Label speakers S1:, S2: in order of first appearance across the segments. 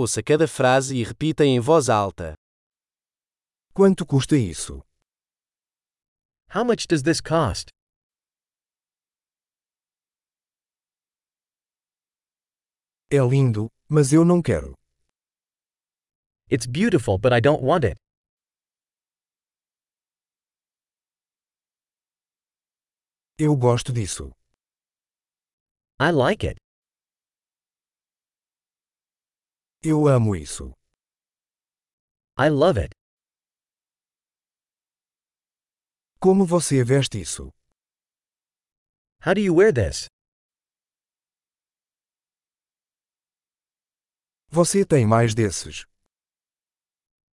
S1: Ouça cada frase e repita em voz alta.
S2: Quanto custa isso?
S3: How much does this cost?
S2: É lindo, mas eu não quero.
S3: It's beautiful, but I don't want it.
S2: Eu gosto disso.
S3: I like it.
S2: Eu amo isso.
S3: I love it.
S2: Como você veste isso?
S3: How do you wear this?
S2: Você tem mais desses.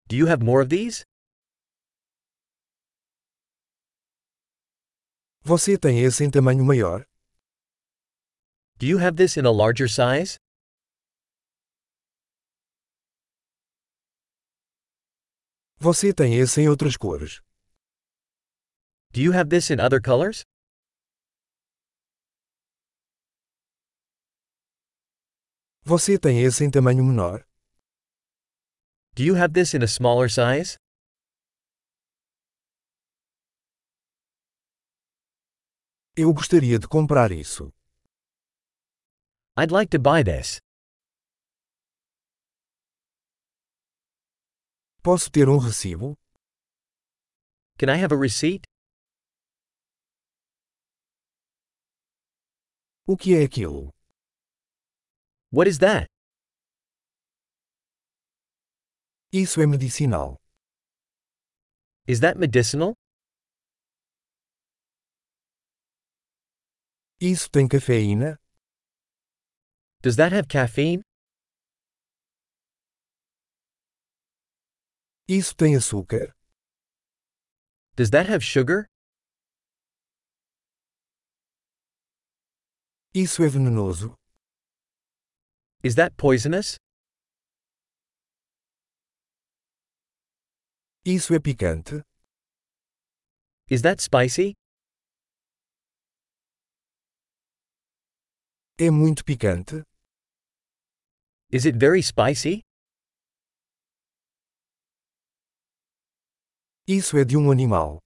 S3: Do you have more of these?
S2: Você tem esse em tamanho maior?
S3: Do you have this in a larger size?
S2: Você tem esse em outras cores?
S3: Do you have this in other colors?
S2: Você tem esse em tamanho menor?
S3: Do you have this in a smaller size?
S2: Eu gostaria de comprar isso.
S3: I'd like to buy this.
S2: Posso ter um recibo?
S3: Can I have a receipt?
S2: O que é aquilo?
S3: What is that?
S2: Isso é medicinal.
S3: Is that medicinal?
S2: Isso tem cafeína?
S3: Does that have caffeine?
S2: Isso tem açúcar?
S3: Does that have sugar?
S2: Isso é venenoso?
S3: Is that poisonous?
S2: Isso é picante?
S3: Is that spicy?
S2: É muito picante?
S3: Is it very spicy?
S2: Isso é de um animal.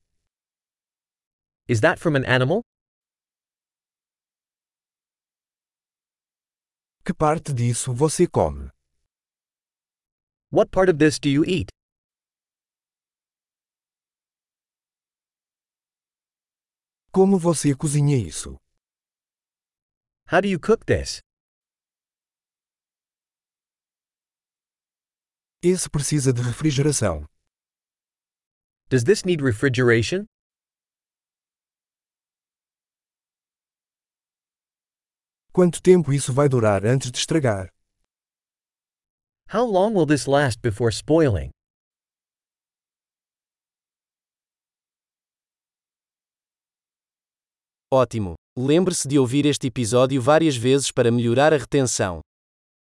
S3: Is that from an animal?
S2: Que parte disso você come?
S3: What part of this do you eat?
S2: Como você cozinha isso?
S3: How do you cook this?
S2: Esse precisa de refrigeração.
S3: Does this need refrigeration?
S2: Quanto tempo isso vai durar antes de estragar?
S3: How long will this last before spoiling?
S1: Ótimo! Lembre-se de ouvir este episódio várias vezes para melhorar a retenção.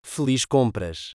S1: Feliz compras!